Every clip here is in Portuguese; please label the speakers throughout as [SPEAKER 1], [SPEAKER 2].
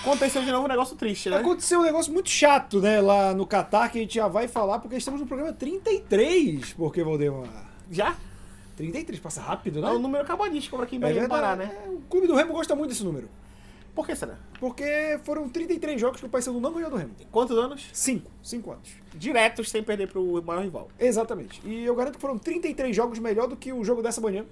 [SPEAKER 1] Aconteceu de novo um negócio triste, né?
[SPEAKER 2] Aconteceu um negócio muito chato, né, lá no Catar, que a gente já vai falar, porque estamos no programa 33, porque Valdemar.
[SPEAKER 1] Já?
[SPEAKER 2] 33 passa rápido,
[SPEAKER 1] É um
[SPEAKER 2] né?
[SPEAKER 1] número cabalístico pra quem
[SPEAKER 2] É
[SPEAKER 1] vai
[SPEAKER 2] verdade.
[SPEAKER 1] reparar, né?
[SPEAKER 2] É, O clube do Remo gosta muito desse número.
[SPEAKER 1] Por que será?
[SPEAKER 2] Porque foram 33 jogos que o Paysandu não ganhou do Remo.
[SPEAKER 1] Quantos anos?
[SPEAKER 2] 5. 5 anos.
[SPEAKER 1] Diretos sem perder pro maior rival.
[SPEAKER 2] Exatamente. E eu garanto que foram 33 jogos melhor do que o jogo dessa manhã.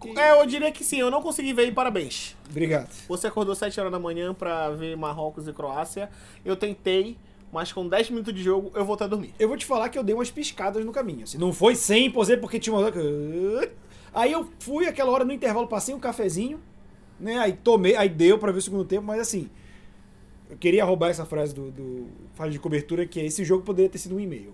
[SPEAKER 2] Que-
[SPEAKER 1] É, eu diria que sim, eu não consegui ver e parabéns.
[SPEAKER 2] Obrigado.
[SPEAKER 1] Você acordou 7 horas da manhã pra ver Marrocos e Croácia. Eu tentei, mas com 10 minutos de jogo eu voltei a dormir.
[SPEAKER 2] Eu vou te falar que eu dei umas piscadas no caminho. Assim, não foi 100% porque tinha uma hora que- Aí eu fui aquela hora no intervalo, passei um cafezinho, né? Aí tomei, aí deu pra ver o segundo tempo, mas assim. Eu queria roubar essa frase do, do fase de cobertura, que é esse jogo poderia ter sido um e-mail.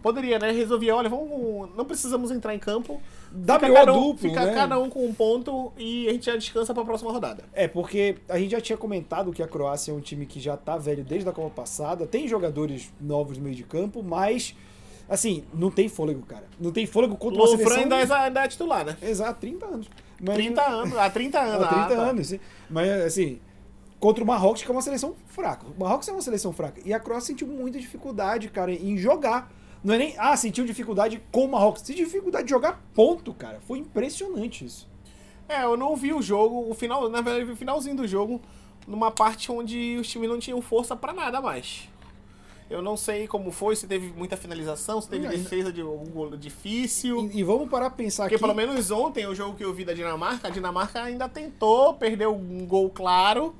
[SPEAKER 1] Poderia, né? Resolvi, olha, vamos. Não precisamos entrar em campo.
[SPEAKER 2] WO
[SPEAKER 1] Fica cada um,
[SPEAKER 2] duplo,
[SPEAKER 1] fica
[SPEAKER 2] né?
[SPEAKER 1] cada um com um ponto e a gente já descansa pra próxima rodada.
[SPEAKER 2] É, porque a gente já tinha comentado que a Croácia é um time que já tá velho desde a Copa passada, tem jogadores novos no meio de campo, mas, assim, não tem fôlego, cara. Não tem fôlego contra uma
[SPEAKER 1] Lofran
[SPEAKER 2] seleção...
[SPEAKER 1] ainda, é- ainda é titular, né?
[SPEAKER 2] Exato, 30 anos. Mas-
[SPEAKER 1] 30 anos, há 30 anos.
[SPEAKER 2] Há 30
[SPEAKER 1] ah, tá.
[SPEAKER 2] anos. sim. Mas, assim, contra o Marrocos, que é uma seleção fraca. O Marrocos é uma seleção fraca. E a Croácia sentiu muita dificuldade, cara, em jogar. Não é nem, ah, sentiu dificuldade com o Marrocos. Sentiu dificuldade de jogar ponto, cara. Foi impressionante isso.
[SPEAKER 1] É, eu não vi o jogo, o final, na verdade, eu vi o finalzinho do jogo, numa parte onde os times não tinham força pra nada mais. Eu não sei como foi, se teve muita finalização, se teve
[SPEAKER 2] Não,
[SPEAKER 1] defesa de algum golo difícil.
[SPEAKER 2] E, e vamos parar pra pensar
[SPEAKER 1] Porque
[SPEAKER 2] aqui.
[SPEAKER 1] pelo menos ontem, o jogo que eu vi da Dinamarca, a Dinamarca ainda tentou, perdeu um gol claro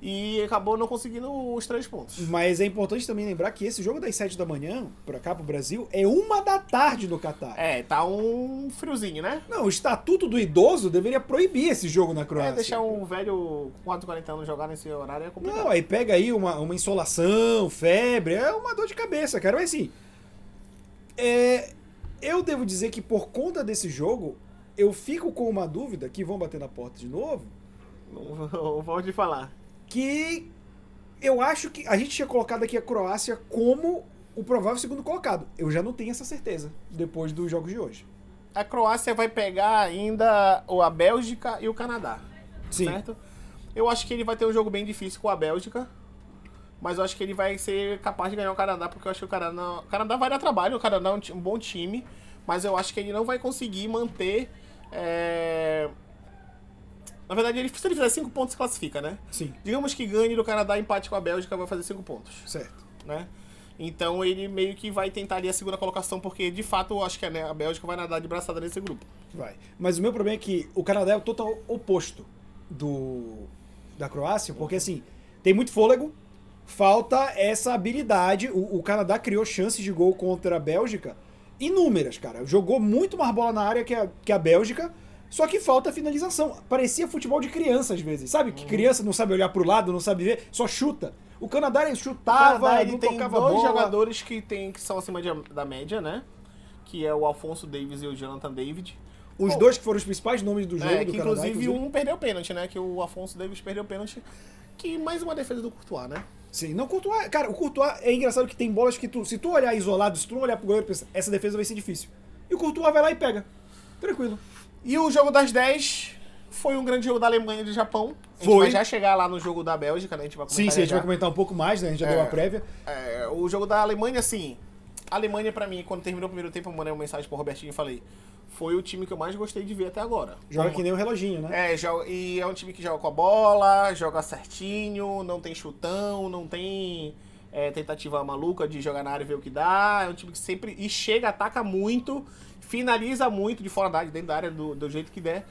[SPEAKER 1] e acabou não conseguindo os três pontos.
[SPEAKER 2] Mas é importante também lembrar que esse jogo das 7 da manhã, pra cá, pro Brasil, é uma da tarde no Catar.
[SPEAKER 1] É, tá um friozinho, né?
[SPEAKER 2] Não, o estatuto do idoso deveria proibir esse jogo na Croácia.
[SPEAKER 1] É, deixar um velho com 4, 40 anos jogar nesse horário é complicado.
[SPEAKER 2] Não, aí pega aí uma, uma insolação, febre, é uma dor de cabeça, cara. Mas assim, é, eu devo dizer que por conta desse jogo, eu fico com uma dúvida, que vão bater na porta de novo,
[SPEAKER 1] Não vou- vou te falar.
[SPEAKER 2] que eu acho que a gente tinha colocado aqui a Croácia como o provável segundo colocado. Eu já não tenho essa certeza, depois dos jogos de hoje.
[SPEAKER 1] A Croácia vai pegar ainda o- a Bélgica e o Canadá,
[SPEAKER 2] Sim.
[SPEAKER 1] certo? Eu acho que ele vai ter um jogo bem difícil com a Bélgica, mas eu acho que ele vai ser capaz de ganhar o Canadá, porque eu acho que o Canadá, o Canadá vai dar trabalho, o Canadá é um, ti- um bom time, mas eu acho que ele não vai conseguir manter... é, Na verdade, ele, se ele fizer 5 pontos, se classifica, né?
[SPEAKER 2] Sim,
[SPEAKER 1] Digamos que ganhe do Canadá, empate com a Bélgica, vai fazer 5 pontos
[SPEAKER 2] certo.
[SPEAKER 1] né? Então ele meio que vai tentar ali a segunda colocação, porque de fato eu acho que né, a Bélgica vai nadar de braçada nesse grupo.
[SPEAKER 2] Vai. Mas o meu problema é que o Canadá é o total oposto do da Croácia, porque assim, tem muito fôlego, falta essa habilidade. O, o Canadá criou chances de gol contra a Bélgica inúmeras, cara. Jogou muito mais bola na área que a, que a Bélgica, só que falta finalização. Parecia futebol de criança às vezes. Sabe
[SPEAKER 1] Uhum.
[SPEAKER 2] que criança não sabe olhar pro lado, não sabe ver, só chuta. O Canadá ele chutava,
[SPEAKER 1] Canadá,
[SPEAKER 2] não
[SPEAKER 1] ele Tá, tem dois
[SPEAKER 2] tocava bola.
[SPEAKER 1] jogadores que, tem, que são acima de- da média, né? Que é o Alfonso Davis e o Jonathan David.
[SPEAKER 2] Os
[SPEAKER 1] Pô,
[SPEAKER 2] dois que foram os principais nomes do jogo
[SPEAKER 1] É,
[SPEAKER 2] do
[SPEAKER 1] que
[SPEAKER 2] Canadá,
[SPEAKER 1] inclusive, um perdeu pênalti, né? Que o Afonso Davis perdeu pênalti. Que mais uma defesa do Courtois, né?
[SPEAKER 2] Sim, não, o Courtois, cara, o Courtois é engraçado que tem bolas que tu, se tu olhar isolado, se tu não olhar pro goleiro, pensa, essa defesa vai ser difícil. E o Courtois vai lá e pega. Tranquilo.
[SPEAKER 1] E o jogo das 10 foi um grande jogo da Alemanha e do Japão. A gente
[SPEAKER 2] Foi.
[SPEAKER 1] vai já chegar lá no jogo da Bélgica, né? A gente vai
[SPEAKER 2] Sim, sim, a gente
[SPEAKER 1] já.
[SPEAKER 2] vai comentar um pouco mais, né? A gente já
[SPEAKER 1] É.
[SPEAKER 2] deu a prévia.
[SPEAKER 1] É, o jogo da Alemanha, assim. A Alemanha, pra mim, quando terminou o primeiro tempo, eu mandei uma mensagem pro Robertinho e falei: foi o time que eu mais gostei de ver até agora.
[SPEAKER 2] Joga que nem o reloginho, né?
[SPEAKER 1] É, joga, e é um time que joga com a bola, joga certinho, não tem chutão, não tem é, tentativa maluca de jogar na área e ver o que dá. É um time que sempre. E chega, ataca muito, finaliza muito de fora da área, dentro da área, do, do jeito que der.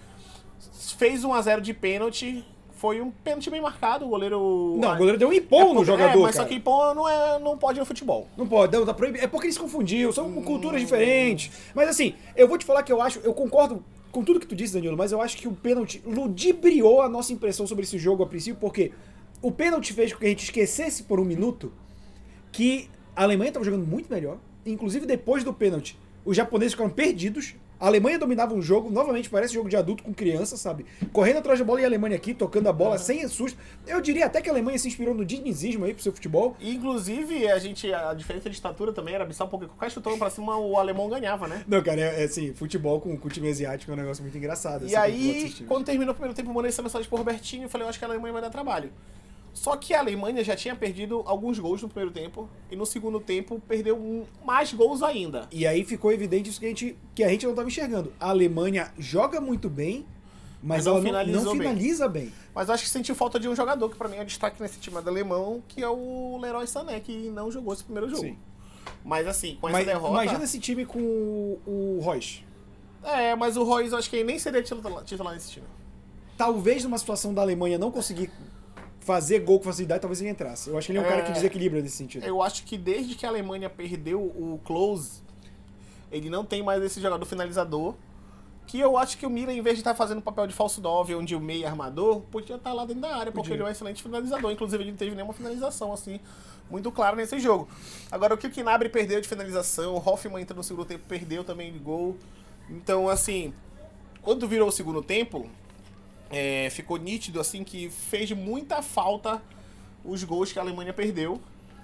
[SPEAKER 1] Fez 1 a 0 de pênalti. Foi um pênalti bem marcado, o goleiro.
[SPEAKER 2] Não, o goleiro deu um impão no jogador,
[SPEAKER 1] É, mas
[SPEAKER 2] cara.
[SPEAKER 1] só que pô, não, é, não pode no futebol.
[SPEAKER 2] Não pode, não, tá proibido. É porque eles se confundiam, são culturas diferentes. Mas assim, eu vou te falar que eu acho, eu concordo com tudo que tu disse, Danilo, mas eu acho que o pênalti ludibriou a nossa impressão sobre esse jogo a princípio, porque o pênalti fez com que a gente esquecesse por um minuto que a Alemanha estava jogando muito melhor. Inclusive, depois do pênalti, os japoneses ficaram perdidos. A Alemanha dominava um jogo, novamente parece jogo de adulto com criança, sabe? Correndo atrás da bola e a Alemanha aqui, tocando a bola sem susto. Eu diria até que a Alemanha se inspirou no dinizismo aí pro seu futebol.
[SPEAKER 1] E, Inclusive, a gente, a diferença de estatura também era abissal, porque qualquer chutão pra cima o alemão ganhava, né?
[SPEAKER 2] Não, cara, é, é assim, futebol com, com time asiático é um negócio muito engraçado.
[SPEAKER 1] E
[SPEAKER 2] assim, com outros
[SPEAKER 1] aí,
[SPEAKER 2] times.
[SPEAKER 1] quando terminou o primeiro tempo, eu mandei essa mensagem pro Robertinho e falei, eu acho que a Alemanha vai dar trabalho. Só que a Alemanha já tinha perdido alguns gols no primeiro tempo e no segundo tempo perdeu um- mais gols ainda.
[SPEAKER 2] E aí ficou evidente isso que a gente, que a gente não estava enxergando. A Alemanha joga muito bem, mas,
[SPEAKER 1] Mas não
[SPEAKER 2] ela não- não,
[SPEAKER 1] finalizou bem.
[SPEAKER 2] finaliza bem.
[SPEAKER 1] Mas eu acho que sentiu falta de um jogador que pra mim é destaque nesse time alemão, que é o Leroy Sané, que não jogou esse primeiro jogo.
[SPEAKER 2] Sim.
[SPEAKER 1] Mas assim, com essa
[SPEAKER 2] Mas,
[SPEAKER 1] derrota.
[SPEAKER 2] imagina esse time com o, o Royce.
[SPEAKER 1] É, mas o Royce eu acho que ele nem seria titular, titular nesse time.
[SPEAKER 2] Talvez numa situação da Alemanha não conseguir fazer gol com facilidade, talvez ele entrasse. Eu acho que ele é um cara que
[SPEAKER 1] É.
[SPEAKER 2] desequilibra nesse sentido.
[SPEAKER 1] Eu acho que desde que a Alemanha perdeu o Close, ele não tem mais esse jogador finalizador. Que eu acho que o Mira, em vez de estar fazendo o papel de falso 9, onde o meio é armador, podia estar lá dentro da área, porque
[SPEAKER 2] Podia.
[SPEAKER 1] ele é um excelente finalizador. Inclusive, ele não teve nenhuma finalização, assim, muito clara nesse jogo. Agora, o que o Gnabry perdeu de finalização, o Hoffman entra no segundo tempo, perdeu também de gol. Então, assim, quando virou o segundo tempo, é, ficou nítido assim que fez muita falta os gols que a Alemanha perdeu,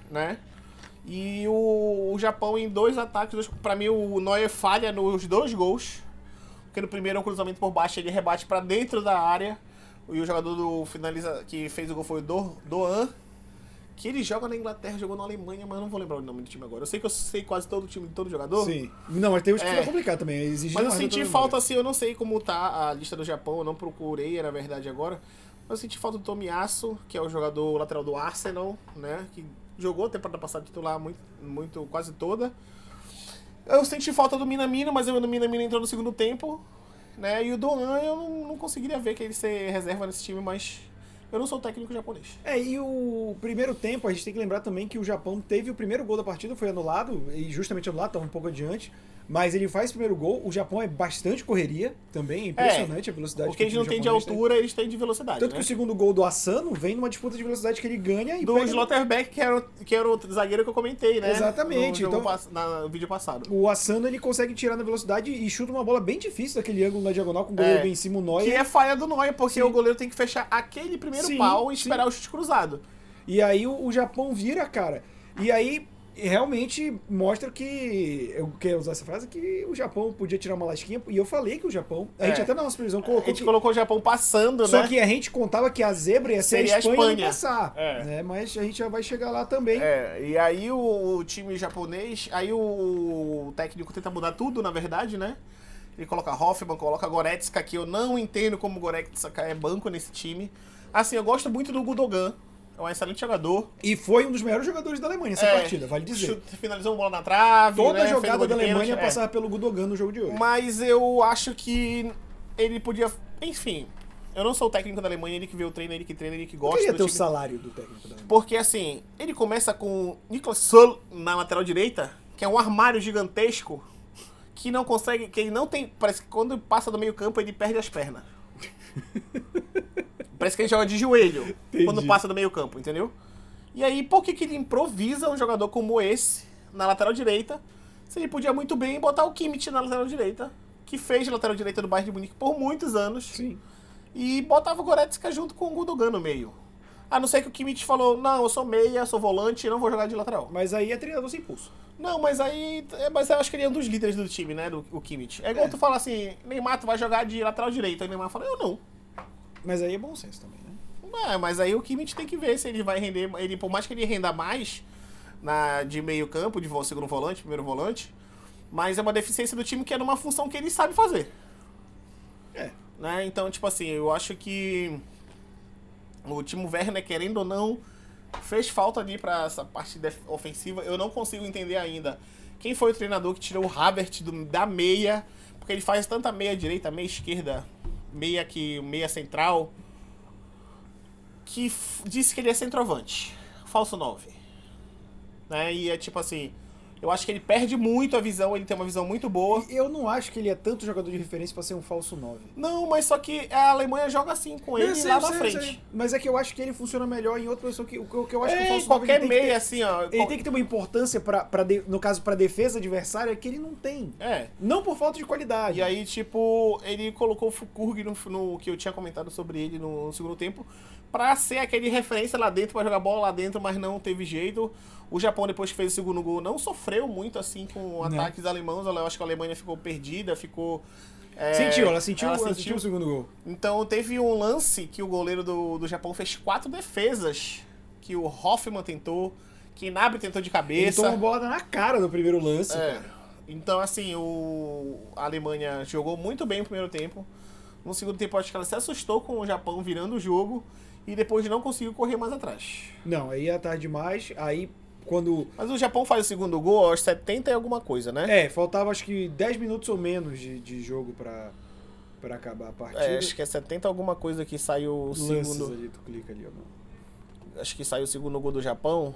[SPEAKER 1] né? E o, o Japão em dois ataques, dois- pra mim o Neuer falha nos dois gols, porque no primeiro é um cruzamento por baixo, ele rebate pra dentro da área, e o jogador do finaliza que fez o gol foi o Do, Doan, que ele joga na Inglaterra, jogou na Alemanha, mas eu não vou lembrar o nome do time agora. Eu sei que eu sei quase todo o time de todo jogador.
[SPEAKER 2] Sim. Não, mas tem uns que
[SPEAKER 1] É.
[SPEAKER 2] fica complicado também. Exige
[SPEAKER 1] Mas eu
[SPEAKER 2] mais da
[SPEAKER 1] senti
[SPEAKER 2] tua
[SPEAKER 1] falta, assim, eu não sei como tá a lista do Japão, eu não procurei, na verdade, agora. Mas eu senti falta do Tomiyasu, que é o jogador lateral do Arsenal, né? Que jogou a temporada passada titular muito, muito quase toda. Eu senti falta do Minamino, mas o Minamino entrou no segundo tempo, né? E o Doan eu não, não conseguiria ver que ele ser reserva nesse time, mas eu não sou técnico japonês.
[SPEAKER 2] É, e o primeiro tempo, a gente tem que lembrar também que o Japão teve o primeiro gol da partida, foi anulado, e justamente anulado, estava um pouco adiante, mas ele faz o primeiro gol, o Japão é bastante correria também, é impressionante a velocidade
[SPEAKER 1] O que eles
[SPEAKER 2] time
[SPEAKER 1] não têm de
[SPEAKER 2] japonês
[SPEAKER 1] altura, eles têm de velocidade,
[SPEAKER 2] Tanto
[SPEAKER 1] né?
[SPEAKER 2] que o segundo gol do Asano vem numa disputa de velocidade que ele ganha e
[SPEAKER 1] Do
[SPEAKER 2] pega- né?
[SPEAKER 1] Slotterbeck, que era, o- que era o zagueiro que eu comentei, né?
[SPEAKER 2] Exatamente,
[SPEAKER 1] No, jogo
[SPEAKER 2] então-
[SPEAKER 1] pass- na- no vídeo passado.
[SPEAKER 2] O Asano ele consegue tirar na velocidade e chuta uma bola bem difícil daquele ângulo na diagonal com o goleiro
[SPEAKER 1] É.
[SPEAKER 2] bem em cima, o Neuer.
[SPEAKER 1] Que é falha do Neuer, porque o goleiro tem que fechar aquele primeiro
[SPEAKER 2] Sim,
[SPEAKER 1] pau e
[SPEAKER 2] sim.
[SPEAKER 1] esperar o chute cruzado.
[SPEAKER 2] E aí o, o Japão vira, cara. E aí realmente mostra que. Eu quero usar essa frase, que o Japão podia tirar uma lasquinha. E eu falei que o Japão. A
[SPEAKER 1] É.
[SPEAKER 2] gente até na nossa previsão
[SPEAKER 1] A
[SPEAKER 2] colocou.
[SPEAKER 1] gente
[SPEAKER 2] que-
[SPEAKER 1] colocou o Japão passando,
[SPEAKER 2] só
[SPEAKER 1] né?
[SPEAKER 2] que a gente contava que a zebra ia ser
[SPEAKER 1] Seria
[SPEAKER 2] a
[SPEAKER 1] a
[SPEAKER 2] Espanha,
[SPEAKER 1] Espanha.
[SPEAKER 2] não passar.
[SPEAKER 1] É.
[SPEAKER 2] Né? Mas a gente já vai chegar lá também.
[SPEAKER 1] É, e aí o, o time japonês, aí o técnico tenta mudar tudo, na verdade, né? Ele coloca Hoffman, coloca Goretzka, que eu não entendo como o Goretzka é banco nesse time. Assim, eu gosto muito do Gudogan, é um excelente jogador.
[SPEAKER 2] E foi um dos melhores jogadores da Alemanha essa
[SPEAKER 1] É,
[SPEAKER 2] partida, vale dizer.
[SPEAKER 1] chute- finalizou uma bola na trave,
[SPEAKER 2] Toda
[SPEAKER 1] né? Fez
[SPEAKER 2] jogada
[SPEAKER 1] gol de
[SPEAKER 2] da Alemanha
[SPEAKER 1] pênalti, é.
[SPEAKER 2] passava pelo Gudogan no jogo de hoje.
[SPEAKER 1] Mas eu acho que ele podia. Enfim, eu não sou o técnico da Alemanha, ele que vê o treino, ele que treina, ele que
[SPEAKER 2] Eu
[SPEAKER 1] gosta.
[SPEAKER 2] queria
[SPEAKER 1] do
[SPEAKER 2] ter o
[SPEAKER 1] time.
[SPEAKER 2] salário do técnico da Alemanha.
[SPEAKER 1] Porque assim, ele começa com Niklas Sol na lateral direita, que é um armário gigantesco que não consegue, que ele não tem, parece que quando passa do meio-campo ele perde as pernas. parece que ele joga de joelho
[SPEAKER 2] Entendi.
[SPEAKER 1] quando passa do meio-campo, entendeu? E aí, por que que ele improvisa um jogador como esse na lateral direita? Se ele podia muito bem botar o Kimmich na lateral direita, que fez a lateral direita do Bayern de Munique por muitos anos
[SPEAKER 2] Sim.
[SPEAKER 1] e botava o Goretzka junto com o Gundogan no meio. A não ser que o Kimmich falou, não, eu sou meia, sou volante, não vou jogar de lateral.
[SPEAKER 2] Mas aí é treinador sem pulso.
[SPEAKER 1] Não, mas aí... é, Mas eu acho que ele é um dos líderes do time, né, do, o Kimmich. É igual tu falar assim, Neymar, tu vai jogar de lateral direito. Aí o Neymar fala, eu não.
[SPEAKER 2] Mas aí é bom senso também, né?
[SPEAKER 1] Ah, mas aí o Kimmich tem que ver se ele vai render... Ele, por mais que ele renda mais na, de meio campo, de vo- segundo volante, primeiro volante, mas é uma deficiência do time que é numa função que ele sabe fazer.
[SPEAKER 2] É.
[SPEAKER 1] né? Então, tipo assim, eu acho que o Timo Werner, querendo ou não, fez falta ali pra essa parte def- ofensiva. Eu não consigo entender ainda quem foi o treinador que tirou o Habert do- da meia, porque ele faz tanta meia direita, meia esquerda, meia que meia central, que f- disse que ele é centroavante, falso 9. Né? E é tipo assim, eu acho que ele perde muito a visão, ele tem uma visão muito boa.
[SPEAKER 2] Eu não acho que ele é tanto jogador de referência pra ser um falso 9.
[SPEAKER 1] Não, mas só que a Alemanha joga assim com ele lá na frente.
[SPEAKER 2] Mas é que eu acho que ele funciona melhor em outra posição que o que eu- que eu acho que o
[SPEAKER 1] É,
[SPEAKER 2] falso 9
[SPEAKER 1] qualquer
[SPEAKER 2] ele tem
[SPEAKER 1] meia,
[SPEAKER 2] que ter-
[SPEAKER 1] assim, ó.
[SPEAKER 2] ele tem que ter uma importância para no caso para defesa adversária que ele não tem.
[SPEAKER 1] É.
[SPEAKER 2] Não por falta de qualidade.
[SPEAKER 1] E aí, tipo, ele colocou o Fukurg no, no que eu tinha comentado sobre ele no, segundo tempo, pra ser aquele referência lá dentro, pra jogar bola lá dentro, mas não teve jeito. O Japão, depois que fez o segundo gol, não sofreu muito, assim, com ataques alemãos. Eu acho que a Alemanha ficou perdida, ficou. é,
[SPEAKER 2] sentiu, ela sentiu,
[SPEAKER 1] ela
[SPEAKER 2] ela sentiu o segundo gol.
[SPEAKER 1] Então teve um lance que o goleiro do, do Japão fez quatro defesas que o Hoffman tentou, que Nabre tentou de
[SPEAKER 2] Ele
[SPEAKER 1] cabeça.
[SPEAKER 2] tomou um uma bolada na cara no primeiro lance.
[SPEAKER 1] É. Então, assim, o... a Alemanha jogou muito bem no primeiro tempo. No segundo tempo, acho que ela se assustou com o Japão virando o jogo e depois não conseguiu correr mais atrás.
[SPEAKER 2] Não, aí é tarde demais. Aí, quando.
[SPEAKER 1] Mas o Japão faz o segundo gol aos 70 e alguma coisa, né?
[SPEAKER 2] É, faltava acho que 10 minutos ou menos de, de jogo pra, pra acabar a partida.
[SPEAKER 1] É, acho que é 70 alguma coisa que saiu o
[SPEAKER 2] Lances
[SPEAKER 1] segundo.
[SPEAKER 2] ali, tu clica ali, ó.
[SPEAKER 1] Acho que saiu o segundo gol do Japão.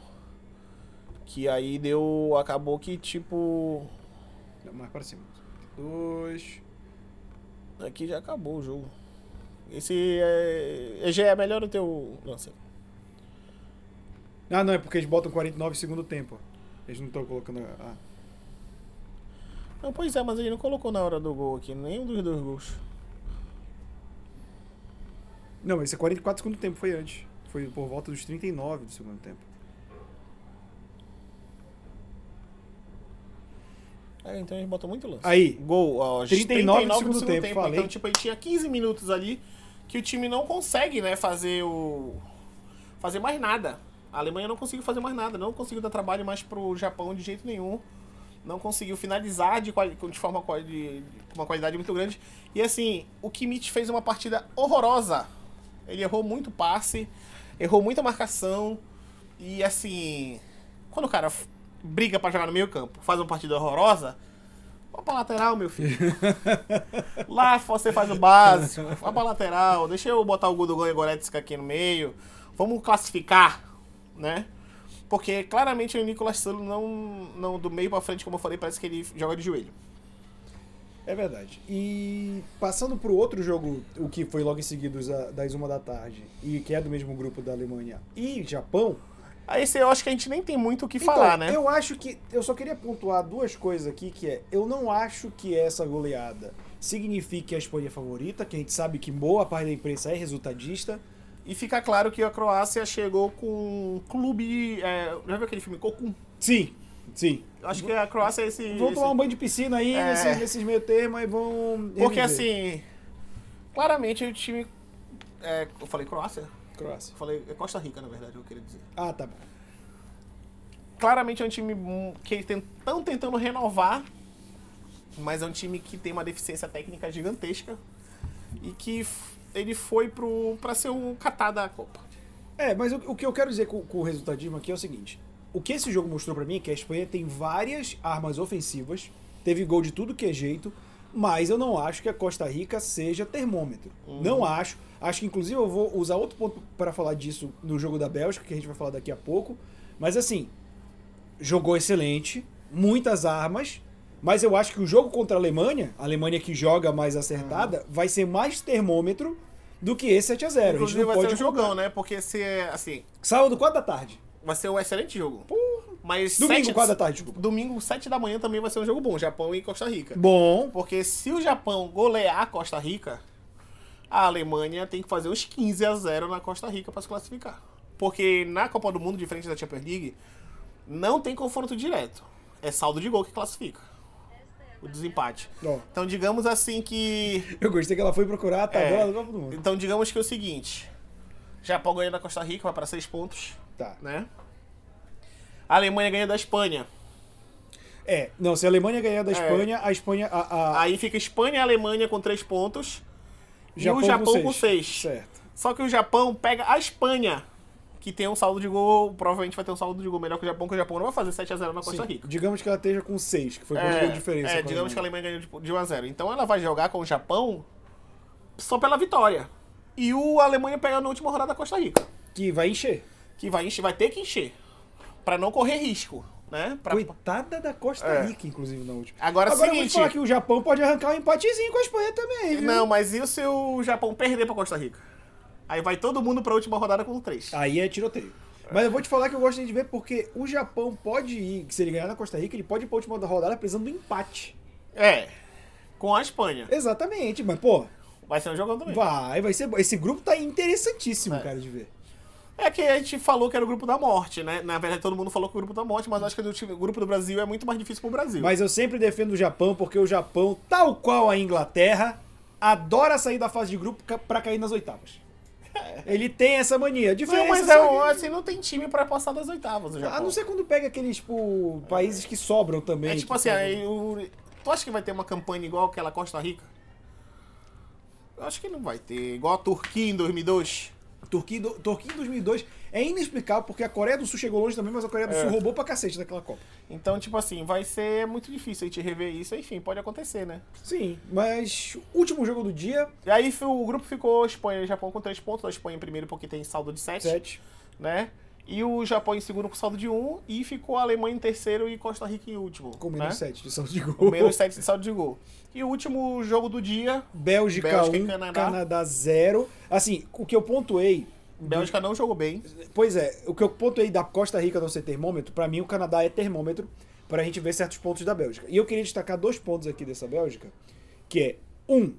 [SPEAKER 1] Que aí deu. Acabou que tipo.
[SPEAKER 2] Não, mais pra cima. Dois.
[SPEAKER 1] Aqui já acabou o jogo. Esse. É, EG é melhor o teu lance.
[SPEAKER 2] Ah, não, é porque eles botam 49 segundo tempo. Eles não estão colocando. a- Ah.
[SPEAKER 1] Não, pois é, mas ele não colocou na hora do gol aqui, nenhum dos dois gols.
[SPEAKER 2] Não, esse é 44 segundo tempo, foi antes. Foi por volta dos 39 do segundo tempo.
[SPEAKER 1] É, então a gente botou muito lance.
[SPEAKER 2] Aí.
[SPEAKER 1] Gol, ó,
[SPEAKER 2] 39
[SPEAKER 1] 39
[SPEAKER 2] do
[SPEAKER 1] do
[SPEAKER 2] segundo
[SPEAKER 1] segundo
[SPEAKER 2] tempo, falei.
[SPEAKER 1] Então, tipo, a gente tinha 15 minutos ali que o time não consegue, né, fazer o. fazer mais nada. A Alemanha não conseguiu fazer mais nada, não conseguiu dar trabalho mais pro Japão de jeito nenhum. Não conseguiu finalizar de, quali- de forma quali- de, com uma qualidade muito grande. E assim, o Kimmich fez uma partida horrorosa. Ele errou muito passe, errou muita marcação. E assim, quando o cara f- briga pra jogar no meio campo, faz uma partida horrorosa, Vai pra lateral, meu filho. Lá você faz o básico. Vai pra lateral. Deixa eu botar o Gudogan e o Goretzka aqui no meio. Vamos classificar, né? Porque claramente o Nicolas Sano não, não do meio pra frente, como eu falei, parece que ele joga de joelho.
[SPEAKER 2] É verdade. E passando pro outro jogo, o que foi logo em seguida os a- das uma da tarde, e que é do mesmo grupo da Alemanha e Japão.
[SPEAKER 1] Aí esse eu acho que a gente nem tem muito o que falar,
[SPEAKER 2] então,
[SPEAKER 1] né?
[SPEAKER 2] Eu acho que. Eu só queria pontuar duas coisas aqui, que é. Eu não acho que essa goleada signifique a Espanha favorita, que a gente sabe que boa parte da imprensa é resultadista.
[SPEAKER 1] E fica claro que a Croácia chegou com um clube. é, já viu aquele filme Cocum?
[SPEAKER 2] Sim, sim.
[SPEAKER 1] Eu Acho que a Croácia é esse.
[SPEAKER 2] Vão
[SPEAKER 1] esse-
[SPEAKER 2] tomar um banho de piscina aí
[SPEAKER 1] É.
[SPEAKER 2] nesses, nesses meio termo e vão.
[SPEAKER 1] Porque
[SPEAKER 2] reviver.
[SPEAKER 1] assim. Claramente o time. é, eu falei Croácia?
[SPEAKER 2] Croácia.
[SPEAKER 1] Eu falei é Costa Rica, na verdade, eu queria dizer.
[SPEAKER 2] Ah, tá bom.
[SPEAKER 1] Claramente é um time hum, que estão tentando renovar, mas é um time que tem uma deficiência técnica gigantesca e que f- ele foi pro para ser um catar da Copa.
[SPEAKER 2] É, mas o, o que eu quero dizer com, com o resultadismo aqui é o seguinte: o que esse jogo mostrou pra mim é que a Espanha tem várias armas ofensivas, teve gol de tudo que é jeito, mas eu não acho que a Costa Rica seja termômetro.
[SPEAKER 1] Uhum.
[SPEAKER 2] Não acho. Acho que inclusive eu vou usar outro ponto pra falar disso no jogo da Bélgica, que a gente vai falar daqui a pouco. Mas assim, jogou excelente, muitas armas, mas eu acho que o jogo contra a Alemanha, a Alemanha que joga mais acertada,
[SPEAKER 1] Uhum.
[SPEAKER 2] vai ser mais termômetro do que esse 7 a 0 É, A gente
[SPEAKER 1] Inclusive
[SPEAKER 2] não
[SPEAKER 1] vai
[SPEAKER 2] pode
[SPEAKER 1] ser um
[SPEAKER 2] contar.
[SPEAKER 1] jogão, né? Porque se é, assim,
[SPEAKER 2] Sábado, 4 da tarde.
[SPEAKER 1] vai ser um excelente jogo. Mas
[SPEAKER 2] Domingo,
[SPEAKER 1] sete-
[SPEAKER 2] 4 da tarde, desculpa.
[SPEAKER 1] domingo 7 da manhã também vai ser um jogo bom, Japão e Costa Rica.
[SPEAKER 2] Bom.
[SPEAKER 1] Porque se o Japão golear a Costa Rica, a Alemanha tem que fazer uns 15 a 0 na Costa Rica para se classificar. Porque na Copa do Mundo, diferente da Champions League, não tem confronto direto. É saldo de gol que classifica. O desempate.
[SPEAKER 2] Ó,
[SPEAKER 1] Então digamos assim que.
[SPEAKER 2] eu gostei que ela foi procurar Tá a tabela
[SPEAKER 1] É.
[SPEAKER 2] do Copa do Mundo.
[SPEAKER 1] Então digamos que é o seguinte. Japão ganha da Costa Rica, vai para 6 pontos,
[SPEAKER 2] Tá.
[SPEAKER 1] né? A Alemanha ganha da Espanha.
[SPEAKER 2] É, não, se a Alemanha ganhar da Espanha, a Espanha. A, a
[SPEAKER 1] Aí fica Espanha e Alemanha com 3 pontos.
[SPEAKER 2] Japão
[SPEAKER 1] e
[SPEAKER 2] com
[SPEAKER 1] o Japão com
[SPEAKER 2] seis.
[SPEAKER 1] 6.
[SPEAKER 2] Certo.
[SPEAKER 1] Só que o Japão pega a Espanha, que tem um saldo de gol, provavelmente vai ter um saldo de gol melhor que o Japão, que o Japão não vai fazer 7x0 na Costa
[SPEAKER 2] Sim,
[SPEAKER 1] Rica.
[SPEAKER 2] Digamos que ela esteja com 6, que foi quanto deu de diferença.
[SPEAKER 1] Tá é,
[SPEAKER 2] com a
[SPEAKER 1] digamos que a
[SPEAKER 2] Alemanha.
[SPEAKER 1] Alemanha ganhou de- de 1x0. Então ela vai jogar com o Japão só pela vitória. E o Alemanha pega na última rodada a Costa Rica,
[SPEAKER 2] Que vai encher.
[SPEAKER 1] que vai, encher, vai ter que encher, pra não correr risco, né? Pra-
[SPEAKER 2] Coitada da Costa
[SPEAKER 1] É.
[SPEAKER 2] Rica, inclusive, na última.
[SPEAKER 1] Agora é o
[SPEAKER 2] Agora eu vou te
[SPEAKER 1] seguinte-
[SPEAKER 2] falar que o Japão pode arrancar um empatezinho com a Espanha também, viu?
[SPEAKER 1] Não, mas e se o Japão perder pra Costa Rica? Aí vai todo mundo pra última rodada com 3.
[SPEAKER 2] Aí é tiroteio. Mas eu vou te falar que eu gosto de ver porque o Japão pode ir, se ele ganhar na Costa Rica, ele pode ir pra última rodada precisando do empate.
[SPEAKER 1] É, com a Espanha.
[SPEAKER 2] Exatamente, mas pô,
[SPEAKER 1] Vai ser um jogão também.
[SPEAKER 2] Vai, vai ser. bom. Esse grupo tá interessantíssimo,
[SPEAKER 1] É.
[SPEAKER 2] cara, de ver.
[SPEAKER 1] É que a gente falou que era o grupo da morte, né? Na verdade, todo mundo falou que o grupo da morte, mas eu acho que o time- o grupo do Brasil é muito mais difícil pro Brasil.
[SPEAKER 2] Mas eu sempre defendo o Japão, porque o Japão, tal qual a Inglaterra, adora sair da fase de grupo ca- pra cair nas oitavas. Ele tem essa mania. Diferença,
[SPEAKER 1] É. Não, mas é,
[SPEAKER 2] sabe?
[SPEAKER 1] um- assim, não tem time pra passar das oitavas no Japão.
[SPEAKER 2] A não ser quando pega aqueles, tipo, países que sobram também.
[SPEAKER 1] É tipo
[SPEAKER 2] que
[SPEAKER 1] assim,
[SPEAKER 2] pegam-
[SPEAKER 1] aí o- tu acha que vai ter uma campanha igual aquela Costa Rica? Eu acho que não vai ter. Igual a Turquia em 2002.
[SPEAKER 2] Turquia, em do- Turquia em 2002 é inexplicável porque a Coreia do Sul chegou longe também, mas a
[SPEAKER 1] É.
[SPEAKER 2] Coreia do Sul roubou pra cacete daquela Copa.
[SPEAKER 1] Então, tipo assim, vai ser muito difícil a gente rever isso. Enfim, pode acontecer, né?
[SPEAKER 2] Sim, mas último jogo do dia,
[SPEAKER 1] E aí fi- o grupo ficou Espanha e Japão com 3 pontos. A Espanha em primeiro porque tem saldo de 7,
[SPEAKER 2] 7.
[SPEAKER 1] né? E o Japão em segundo com saldo de 1. E ficou a Alemanha em terceiro e Costa Rica em último.
[SPEAKER 2] Com
[SPEAKER 1] né?
[SPEAKER 2] menos 7 de saldo de gol.
[SPEAKER 1] Com menos 7 de saldo de gol. E o último jogo do dia,
[SPEAKER 2] Bélgica
[SPEAKER 1] Bélgica e
[SPEAKER 2] 1,
[SPEAKER 1] Canadá.
[SPEAKER 2] Canadá 0. Assim, o que eu pontuei.
[SPEAKER 1] Bélgica não jogou bem.
[SPEAKER 2] Pois é, o que eu pontuei da Costa Rica não ser termômetro, pra mim o Canadá é termômetro pra gente ver certos pontos da Bélgica. E eu queria destacar dois pontos aqui dessa Bélgica, que é um,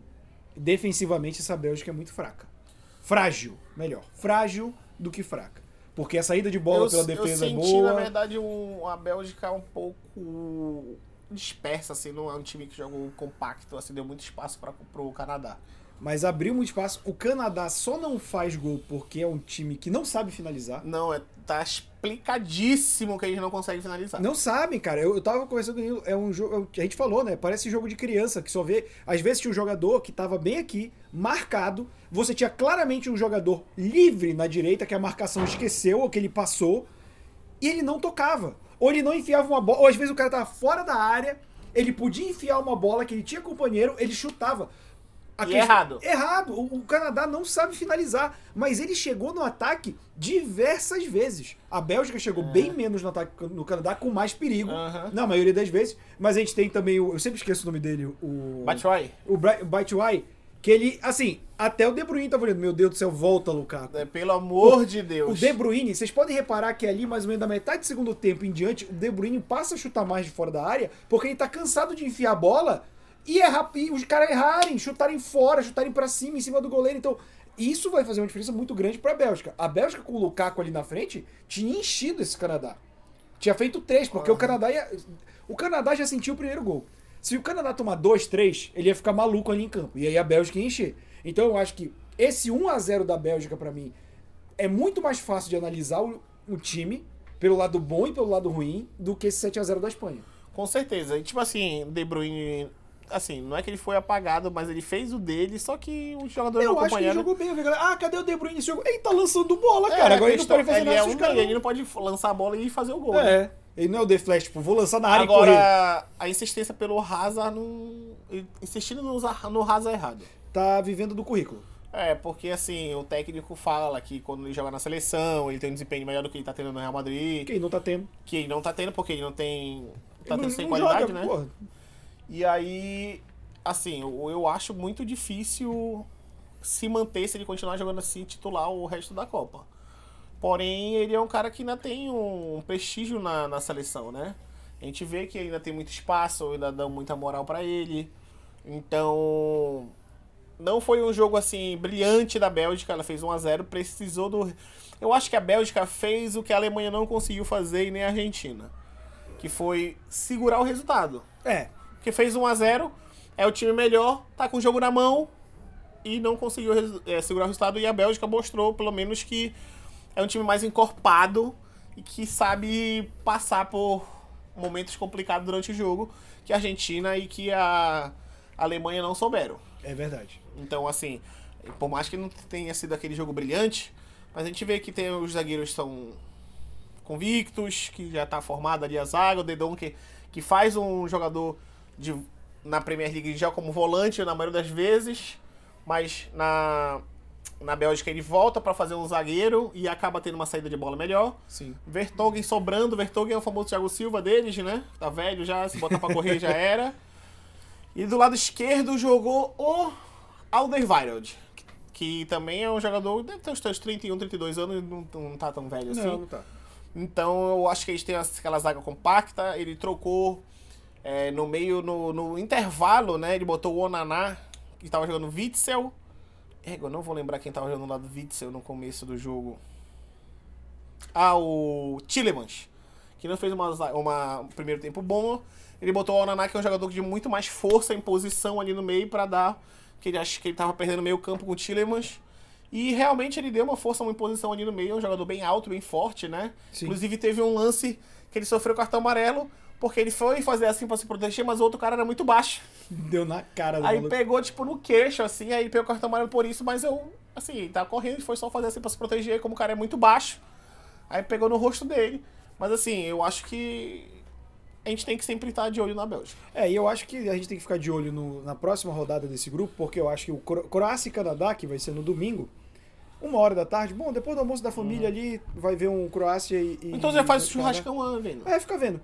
[SPEAKER 2] defensivamente essa Bélgica é muito fraca. Frágil, melhor, frágil do que fraca. Porque a saída de bola
[SPEAKER 1] eu,
[SPEAKER 2] pela
[SPEAKER 1] eu
[SPEAKER 2] defesa é
[SPEAKER 1] senti,
[SPEAKER 2] boa.
[SPEAKER 1] na verdade, um, a Bélgica um pouco dispersa, assim, não é um time que joga um compacto, assim, deu muito espaço para pro Canadá.
[SPEAKER 2] Mas abriu muito espaço. O Canadá só não faz gol porque é um time que não sabe finalizar.
[SPEAKER 1] Não, é, tá explicadíssimo que a gente não consegue finalizar.
[SPEAKER 2] Não sabem, cara. Eu, eu tava conversando com o Nilo, é um jogo. A gente falou, né? Parece jogo de criança, que só vê. Às vezes tinha um jogador que tava bem aqui, marcado. Você tinha claramente um jogador livre na direita, que a marcação esqueceu ou que ele passou, e ele não tocava. Ou ele não enfiava uma bola, ou às vezes o cara tava fora da área, ele podia enfiar uma bola que ele tinha companheiro, ele chutava. A
[SPEAKER 1] E é errado.
[SPEAKER 2] Errado. O, o Canadá não sabe finalizar, mas ele chegou no ataque diversas vezes. A Bélgica chegou bem menos no ataque no Canadá, com mais perigo,
[SPEAKER 1] Aham.
[SPEAKER 2] na maioria das vezes. Mas a gente tem também, o, eu sempre esqueço o nome dele, o...
[SPEAKER 1] Batroy,
[SPEAKER 2] O Bri- Batshuayi, que ele, assim, até o De Bruyne tava olhando, meu Deus do céu, volta, Lukaku.
[SPEAKER 1] é, pelo amor de Deus.
[SPEAKER 2] O De Bruyne, vocês podem reparar que ali, mais ou menos da metade do segundo tempo em diante, o De Bruyne passa a chutar mais de fora da área, porque ele tá cansado de enfiar a bola e, errar, e os caras errarem, chutarem fora, chutarem pra cima, em cima do goleiro. Então, isso vai fazer uma diferença muito grande pra Bélgica. A Bélgica com o Lukaku ali na frente tinha enchido esse Canadá. Tinha feito três, porque o Canadá ia. O Canadá já sentiu o primeiro gol. Se o Canadá tomar dois, três, ele ia ficar maluco ali em campo. E aí a Bélgica ia encher. Então eu acho que esse 1 a 0 da Bélgica, pra mim, é muito mais fácil de analisar o, o time pelo lado bom e pelo lado ruim do que esse 7 a 0 da Espanha.
[SPEAKER 1] Com certeza. E, tipo assim, De Bruyne, assim, não é que ele foi apagado, mas ele fez o dele, só que os jogadores
[SPEAKER 2] Eu
[SPEAKER 1] não
[SPEAKER 2] acho que ele
[SPEAKER 1] acompanharam.
[SPEAKER 2] jogou bem. Eu vi a galera, ah, cadê o De Bruyne nesse jogo? Ele tá lançando bola,
[SPEAKER 1] É,
[SPEAKER 2] cara.
[SPEAKER 1] a
[SPEAKER 2] Agora ele não
[SPEAKER 1] questão-
[SPEAKER 2] pode fazer
[SPEAKER 1] ele
[SPEAKER 2] nada
[SPEAKER 1] é
[SPEAKER 2] se os
[SPEAKER 1] um
[SPEAKER 2] caras
[SPEAKER 1] meia, Ele não pode lançar a bola e fazer o gol.
[SPEAKER 2] não-
[SPEAKER 1] né?
[SPEAKER 2] É. Ele não é o The Flash, tipo, vou lançar na área e correr.
[SPEAKER 1] Agora, a insistência pelo Hazard, não... insistindo no Za- no Hazard errado.
[SPEAKER 2] Tá vivendo do currículo.
[SPEAKER 1] É, porque assim, o técnico fala que quando ele joga na seleção, ele tem um desempenho melhor do que ele tá tendo no Real Madrid,
[SPEAKER 2] Quem não tá tendo.
[SPEAKER 1] que ele não tá tendo porque ele não tem. tá
[SPEAKER 2] Ele
[SPEAKER 1] tendo
[SPEAKER 2] não-
[SPEAKER 1] sem
[SPEAKER 2] não
[SPEAKER 1] qualidade,
[SPEAKER 2] joga,
[SPEAKER 1] né?
[SPEAKER 2] porra.
[SPEAKER 1] E aí, assim, eu, eu acho muito difícil se manter se ele continuar jogando assim titular o resto da Copa. Porém, ele é um cara que ainda tem um prestígio na, na seleção, né? A gente vê que ainda tem muito espaço, ainda dão muita moral pra ele. Então, não foi um jogo assim brilhante da Bélgica, ela fez 1 a 0, precisou do Eu acho que a Bélgica fez o que a Alemanha não conseguiu fazer e nem a Argentina, que foi segurar o resultado.
[SPEAKER 2] É.
[SPEAKER 1] Porque fez 1x0, é o time melhor, tá com o jogo na mão e não conseguiu resu- eh, segurar o resultado. E a Bélgica mostrou, pelo menos, que é um time mais encorpado e que sabe passar por momentos complicados durante o jogo que a Argentina e que a Alemanha não souberam.
[SPEAKER 2] É verdade.
[SPEAKER 1] Então, assim, por mais que não tenha sido aquele jogo brilhante, mas a gente vê que tem, os zagueiros são convictos, que já tá formada ali a zaga, o Dedon que, que faz um jogador de, na Premier League já como volante na maioria das vezes, mas na, na Bélgica ele volta para fazer um zagueiro e acaba tendo uma saída de bola melhor.
[SPEAKER 2] Sim.
[SPEAKER 1] Vertonghen sobrando, Vertonghen é o famoso Thiago Silva deles, né? Tá velho já, se botar pra correr já era. E do lado esquerdo jogou o Alderweireld, que também é um jogador, deve ter uns seus 31, 32 anos, não, não tá tão velho assim.
[SPEAKER 2] Não, não tá.
[SPEAKER 1] Então eu acho que eles têm aquela zaga compacta, ele trocou é, no meio, no, no intervalo, né? Ele botou o Onaná, que tava jogando Witzel. Ego, eu não vou lembrar quem tava jogando lá do Witzel no começo do jogo. Ah, o Tillemans, que não fez uma, za- uma- um primeiro tempo bom. Ele botou o Onaná, que é um jogador de muito mais força em posição ali no meio pra dar. Que ele acha que ele tava perdendo meio campo com o Tillemans. E realmente ele deu uma força, uma imposição ali no meio, é um jogador bem alto, bem forte, né?
[SPEAKER 2] Sim.
[SPEAKER 1] Inclusive teve um lance que ele sofreu cartão amarelo, porque ele foi fazer assim pra se proteger, mas o outro cara era muito baixo.
[SPEAKER 2] Deu na cara do
[SPEAKER 1] Aí
[SPEAKER 2] maluco.
[SPEAKER 1] pegou, tipo, no queixo, assim, aí pegou o cartão amarelo por isso, mas eu, assim, ele tava correndo, foi só fazer assim pra se proteger, como o cara é muito baixo. Aí pegou no rosto dele. Mas assim, eu acho que a gente tem que sempre estar de olho na Bélgica.
[SPEAKER 2] É, e eu acho que a gente tem que ficar de olho no- na próxima rodada desse grupo, porque eu acho que o Cro- Croácia e Canadá, que vai ser no domingo, uma hora da tarde, bom, depois do almoço da família ali, vai ver um Croácia e. e-
[SPEAKER 1] Uhum. Então já faz o
[SPEAKER 2] e-
[SPEAKER 1] churrascão né? ano, velho.
[SPEAKER 2] É, fica vendo.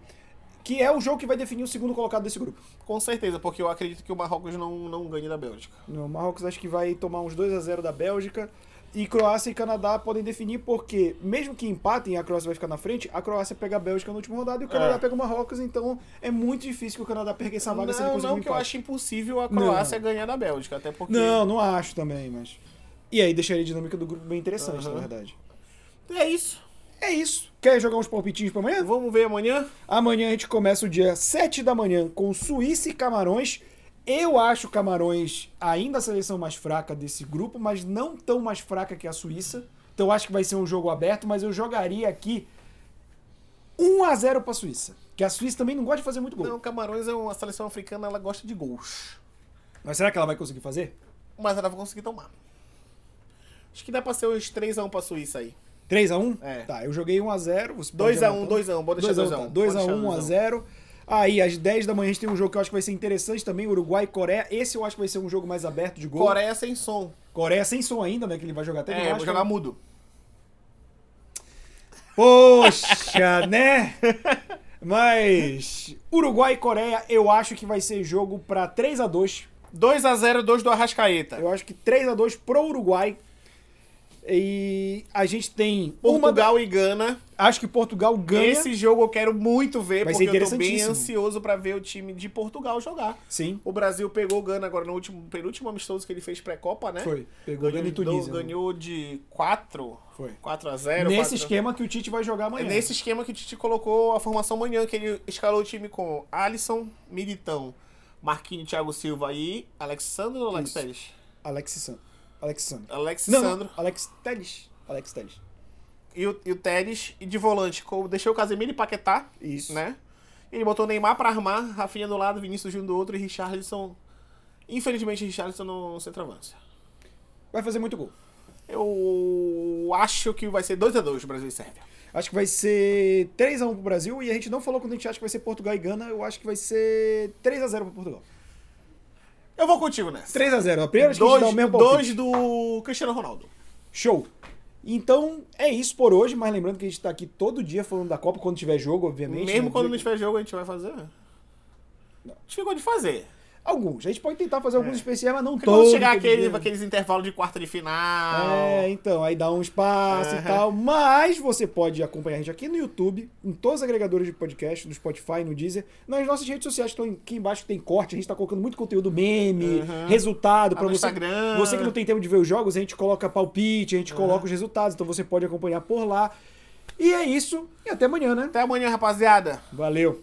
[SPEAKER 2] Que é o jogo que vai definir o segundo colocado desse grupo.
[SPEAKER 1] Com certeza, porque eu acredito que o Marrocos não, não ganhe da Bélgica.
[SPEAKER 2] O Marrocos acho que vai tomar uns 2 a 0 da Bélgica. E Croácia e Canadá podem definir porque, mesmo que empatem, a Croácia vai ficar na frente, a Croácia pega a Bélgica na última rodada e o Canadá
[SPEAKER 1] É.
[SPEAKER 2] pega o Marrocos, então é muito difícil que o Canadá perca essa vaga se ele
[SPEAKER 1] não,
[SPEAKER 2] conseguir
[SPEAKER 1] não,
[SPEAKER 2] um
[SPEAKER 1] que eu
[SPEAKER 2] empate.
[SPEAKER 1] acho impossível a Croácia ganhar da Bélgica, até porque.
[SPEAKER 2] Não, não acho também, mas. E aí deixaria a dinâmica do grupo bem interessante,
[SPEAKER 1] Aham.
[SPEAKER 2] na verdade.
[SPEAKER 1] É isso.
[SPEAKER 2] É isso. Quer jogar uns palpitinhos pra amanhã?
[SPEAKER 1] Vamos ver amanhã?
[SPEAKER 2] Amanhã a gente começa o dia 7 da manhã com Suíça e Camarões. Eu acho Camarões ainda a seleção mais fraca desse grupo, mas não tão mais fraca que a Suíça. Então acho que vai ser um jogo aberto, mas eu jogaria aqui 1 a 0 pra Suíça. Que a Suíça também não gosta de fazer muito gol.
[SPEAKER 1] Não, Camarões é uma seleção africana, ela gosta de gols.
[SPEAKER 2] Mas será que ela vai conseguir fazer?
[SPEAKER 1] Mas ela vai conseguir tomar. Acho que dá pra ser uns 3x1 pra Suíça aí.
[SPEAKER 2] 3x1?
[SPEAKER 1] É.
[SPEAKER 2] Tá, eu joguei 1x0.
[SPEAKER 1] 2x1, 2x1, pode deixar 2x1.
[SPEAKER 2] tá. 2x1, 1x0. Aí, às 10 da manhã, a gente tem um jogo que eu acho que vai ser interessante também, Uruguai e Coreia. Esse eu acho que vai ser um jogo mais aberto de gol.
[SPEAKER 1] Coreia é sem som.
[SPEAKER 2] Coreia sem som ainda, né? Que ele vai jogar até
[SPEAKER 1] É,
[SPEAKER 2] debaixo.
[SPEAKER 1] vou jogar mudo.
[SPEAKER 2] Poxa, né? Mas Uruguai e Coreia, eu acho que vai ser jogo pra 3 a 2
[SPEAKER 1] 2x0, 2 do Arrascaeta.
[SPEAKER 2] Eu acho que 3 a 2 pro Uruguai. E a gente tem uma da-
[SPEAKER 1] Portugal e Gana.
[SPEAKER 2] Acho que Portugal ganha.
[SPEAKER 1] Esse jogo eu quero muito ver,
[SPEAKER 2] Vai ser
[SPEAKER 1] porque eu tô bem
[SPEAKER 2] é interessantíssimo.
[SPEAKER 1] ansioso pra ver o time de Portugal jogar.
[SPEAKER 2] Sim,
[SPEAKER 1] O Brasil pegou o Gana agora no último, penúltimo amistoso que ele fez pré-copa, né?
[SPEAKER 2] foi. Pegou
[SPEAKER 1] Ganhou,
[SPEAKER 2] Gana e
[SPEAKER 1] de do-
[SPEAKER 2] Tunísia. né?
[SPEAKER 1] ganhou de 4,
[SPEAKER 2] Foi.
[SPEAKER 1] 4 a 0
[SPEAKER 2] Nesse
[SPEAKER 1] 4
[SPEAKER 2] esquema que o Tite vai jogar
[SPEAKER 1] né? É
[SPEAKER 2] amanhã.
[SPEAKER 1] nesse esquema que o Tite colocou a formação amanhã, que ele escalou o time com Alisson, Militão, Marquinhos, Thiago Silva e Alexandre ou Alex
[SPEAKER 2] Isso.
[SPEAKER 1] Telles?
[SPEAKER 2] Alex San- Alex Sandro.
[SPEAKER 1] Alex
[SPEAKER 2] Não,
[SPEAKER 1] Sandro
[SPEAKER 2] não, Alex Teles. Alex Teles.
[SPEAKER 1] e o, e o Telles. E de volante, com- deixou o Casemiro e Paquetá,
[SPEAKER 2] Isso.
[SPEAKER 1] né? Ele botou Neymar pra armar, Rafinha do lado, Vinícius Júnior do outro e Richarlison. Infelizmente, Richarlison não é um centroavance.
[SPEAKER 2] Vai fazer muito gol.
[SPEAKER 1] Eu acho que vai ser 2x2 Brasil e Sérvia.
[SPEAKER 2] Acho que vai ser 3x1 pro Brasil e a gente não falou quando a gente acha que vai ser Portugal e Gana. Eu acho que vai ser 3x0 pro Portugal.
[SPEAKER 1] Eu vou contigo nessa.
[SPEAKER 2] 3x0. A primeira vez que a gente dá o
[SPEAKER 1] Dois,
[SPEAKER 2] mesmo
[SPEAKER 1] dois
[SPEAKER 2] palpite.
[SPEAKER 1] do Cristiano Ronaldo.
[SPEAKER 2] Show. Então é isso por hoje, mas lembrando que a gente tá aqui todo dia falando da Copa quando tiver jogo, obviamente.
[SPEAKER 1] Mesmo
[SPEAKER 2] né?
[SPEAKER 1] quando não
[SPEAKER 2] Dia-
[SPEAKER 1] tiver jogo, a gente vai fazer? A gente ficou de fazer.
[SPEAKER 2] Alguns. A gente pode tentar fazer alguns especiais, mas não
[SPEAKER 1] Porque
[SPEAKER 2] todos.
[SPEAKER 1] É. quando chegar
[SPEAKER 2] todo
[SPEAKER 1] aquele,
[SPEAKER 2] dia.
[SPEAKER 1] aqueles intervalos de quarta de final.
[SPEAKER 2] É, então, aí dá um espaço e
[SPEAKER 1] Aham.
[SPEAKER 2] tal. Mas você pode acompanhar a gente aqui no YouTube, em todos os agregadores de podcast, no Spotify, no Deezer, nas nossas redes sociais, estão aqui embaixo que tem corte, a gente tá colocando muito conteúdo meme,
[SPEAKER 1] Aham.
[SPEAKER 2] resultado
[SPEAKER 1] Lá no
[SPEAKER 2] para você.
[SPEAKER 1] Instagram.
[SPEAKER 2] Você que não tem tempo de ver os jogos, a gente coloca palpite, a gente coloca os resultados, então você pode acompanhar por lá. E é isso, e até amanhã, né?
[SPEAKER 1] Até amanhã, rapaziada.
[SPEAKER 2] Valeu.